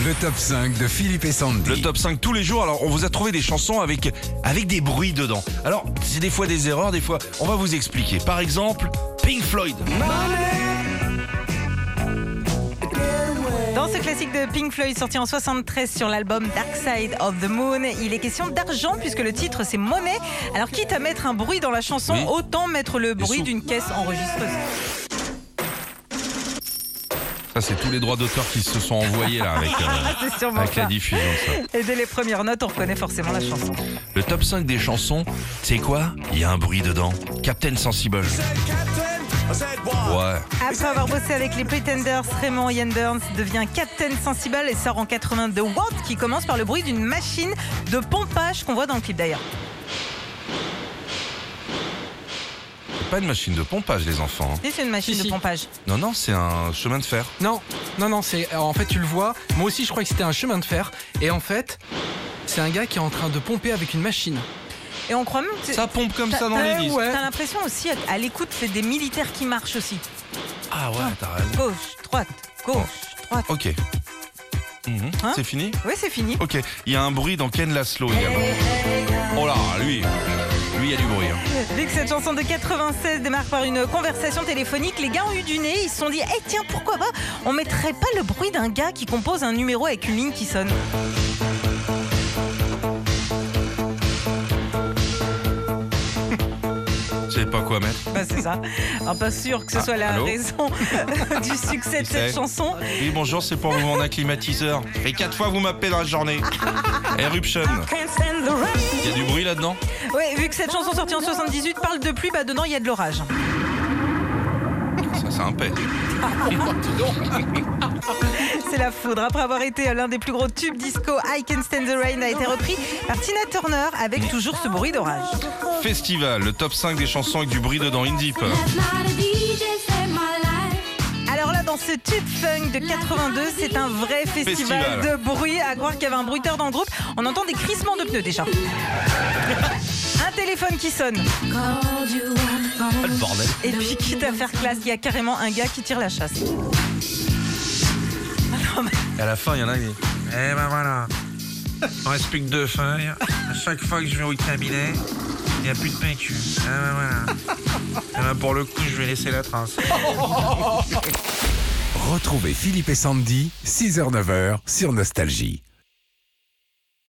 Le top 5 de Philippe et Sandy. Le top 5 tous les jours. Alors, on vous a trouvé des chansons avec, avec des bruits dedans. Alors, c'est des fois des erreurs, des fois. On va vous expliquer. Par exemple, Pink Floyd. Dans ce classique de Pink Floyd sorti en 73 sur l'album Dark Side of the Moon, il est question d'argent puisque le titre c'est monnaie. Alors quitte à mettre un bruit dans la chanson, Oui. autant mettre le bruit sous. d'une caisse enregistreuse. Ça, c'est tous les droits d'auteur qui se sont envoyés là avec, euh, C'est sûrement avec la ça. diffusion. ça. Et dès les premières notes, on reconnaît forcément la chanson. Le top 5 des chansons, c'est quoi Il y a un bruit dedans. Captain Sensible. Ouais. Après avoir bossé avec les Pretenders, Raymond Yanders devient Captain Sensible et sort en 82 What qui commence par le bruit d'une machine de pompage qu'on voit dans le clip d'ailleurs. C'est pas une machine de pompage, les enfants. hein. Et C'est une machine Si, de si. pompage. Non, non, c'est un chemin de fer. Non, non, non, c'est. alors, En fait, tu le vois. Moi aussi, je crois que c'était un chemin de fer. Et en fait, c'est un gars qui est en train de pomper avec une machine. Et on croit même que Ça pompe comme T'as- ça dans les t'as- disques. ouais. T'as l'impression aussi, à- à l'écoute, c'est des militaires qui marchent aussi. Ah ouais, t'as raison. Gauche, droite, gauche, droite. Ok. Mhm. Hein c'est fini Oui, c'est fini. Ok, il y a un bruit dans Ken Laszlo également. Oh là, lui, lui, il y a du bruit. hein. Dès que cette chanson de 96 démarre par une conversation téléphonique, les gars ont eu du nez. Ils se sont dit, eh tiens, pourquoi pas On mettrait pas le bruit d'un gars qui compose un numéro avec une ligne qui sonne. Je sais pas quoi mettre. Bah, c'est ça. Alors, pas sûr que ce Ah, soit la allô raison du succès de Qui c'est cette chanson. Oui, bonjour, c'est pour vous vendre un climatiseur. Et quatre fois, vous m'appelez dans la journée. Eruption. Il y a du bruit là-dedans Ouais, vu que cette chanson sortie en 78 parle de pluie, bah dedans il y a de l'orage. Ça, c'est un pet. C'est la foudre. Après avoir été l'un des plus gros tubes disco, I Can Stand the Rain a été repris par Tina Turner avec toujours ce bruit d'orage. Festival, le top 5 des chansons avec du bruit dedans, Indip. That night a DJ saved my life. Alors là, dans ce tube funk de 82, c'est un vrai festival, Festival. de bruit. À croire qu'il y avait un bruiteur dans le groupe, on entend des crissements de pneus déjà. Un téléphone qui sonne. le bordel. Et puis, quitte à faire classe, il y a carrément un gars qui tire la chasse. À la fin, il y en a qui. Eh ben voilà. On reste plus que deux feuilles. À chaque fois que je vais au cabinet, il n'y a plus de PQ. Eh ben voilà. Eh ben pour le coup, je vais laisser la trace. Retrouvez Philippe et Sandy, 6h-9h sur Nostalgie.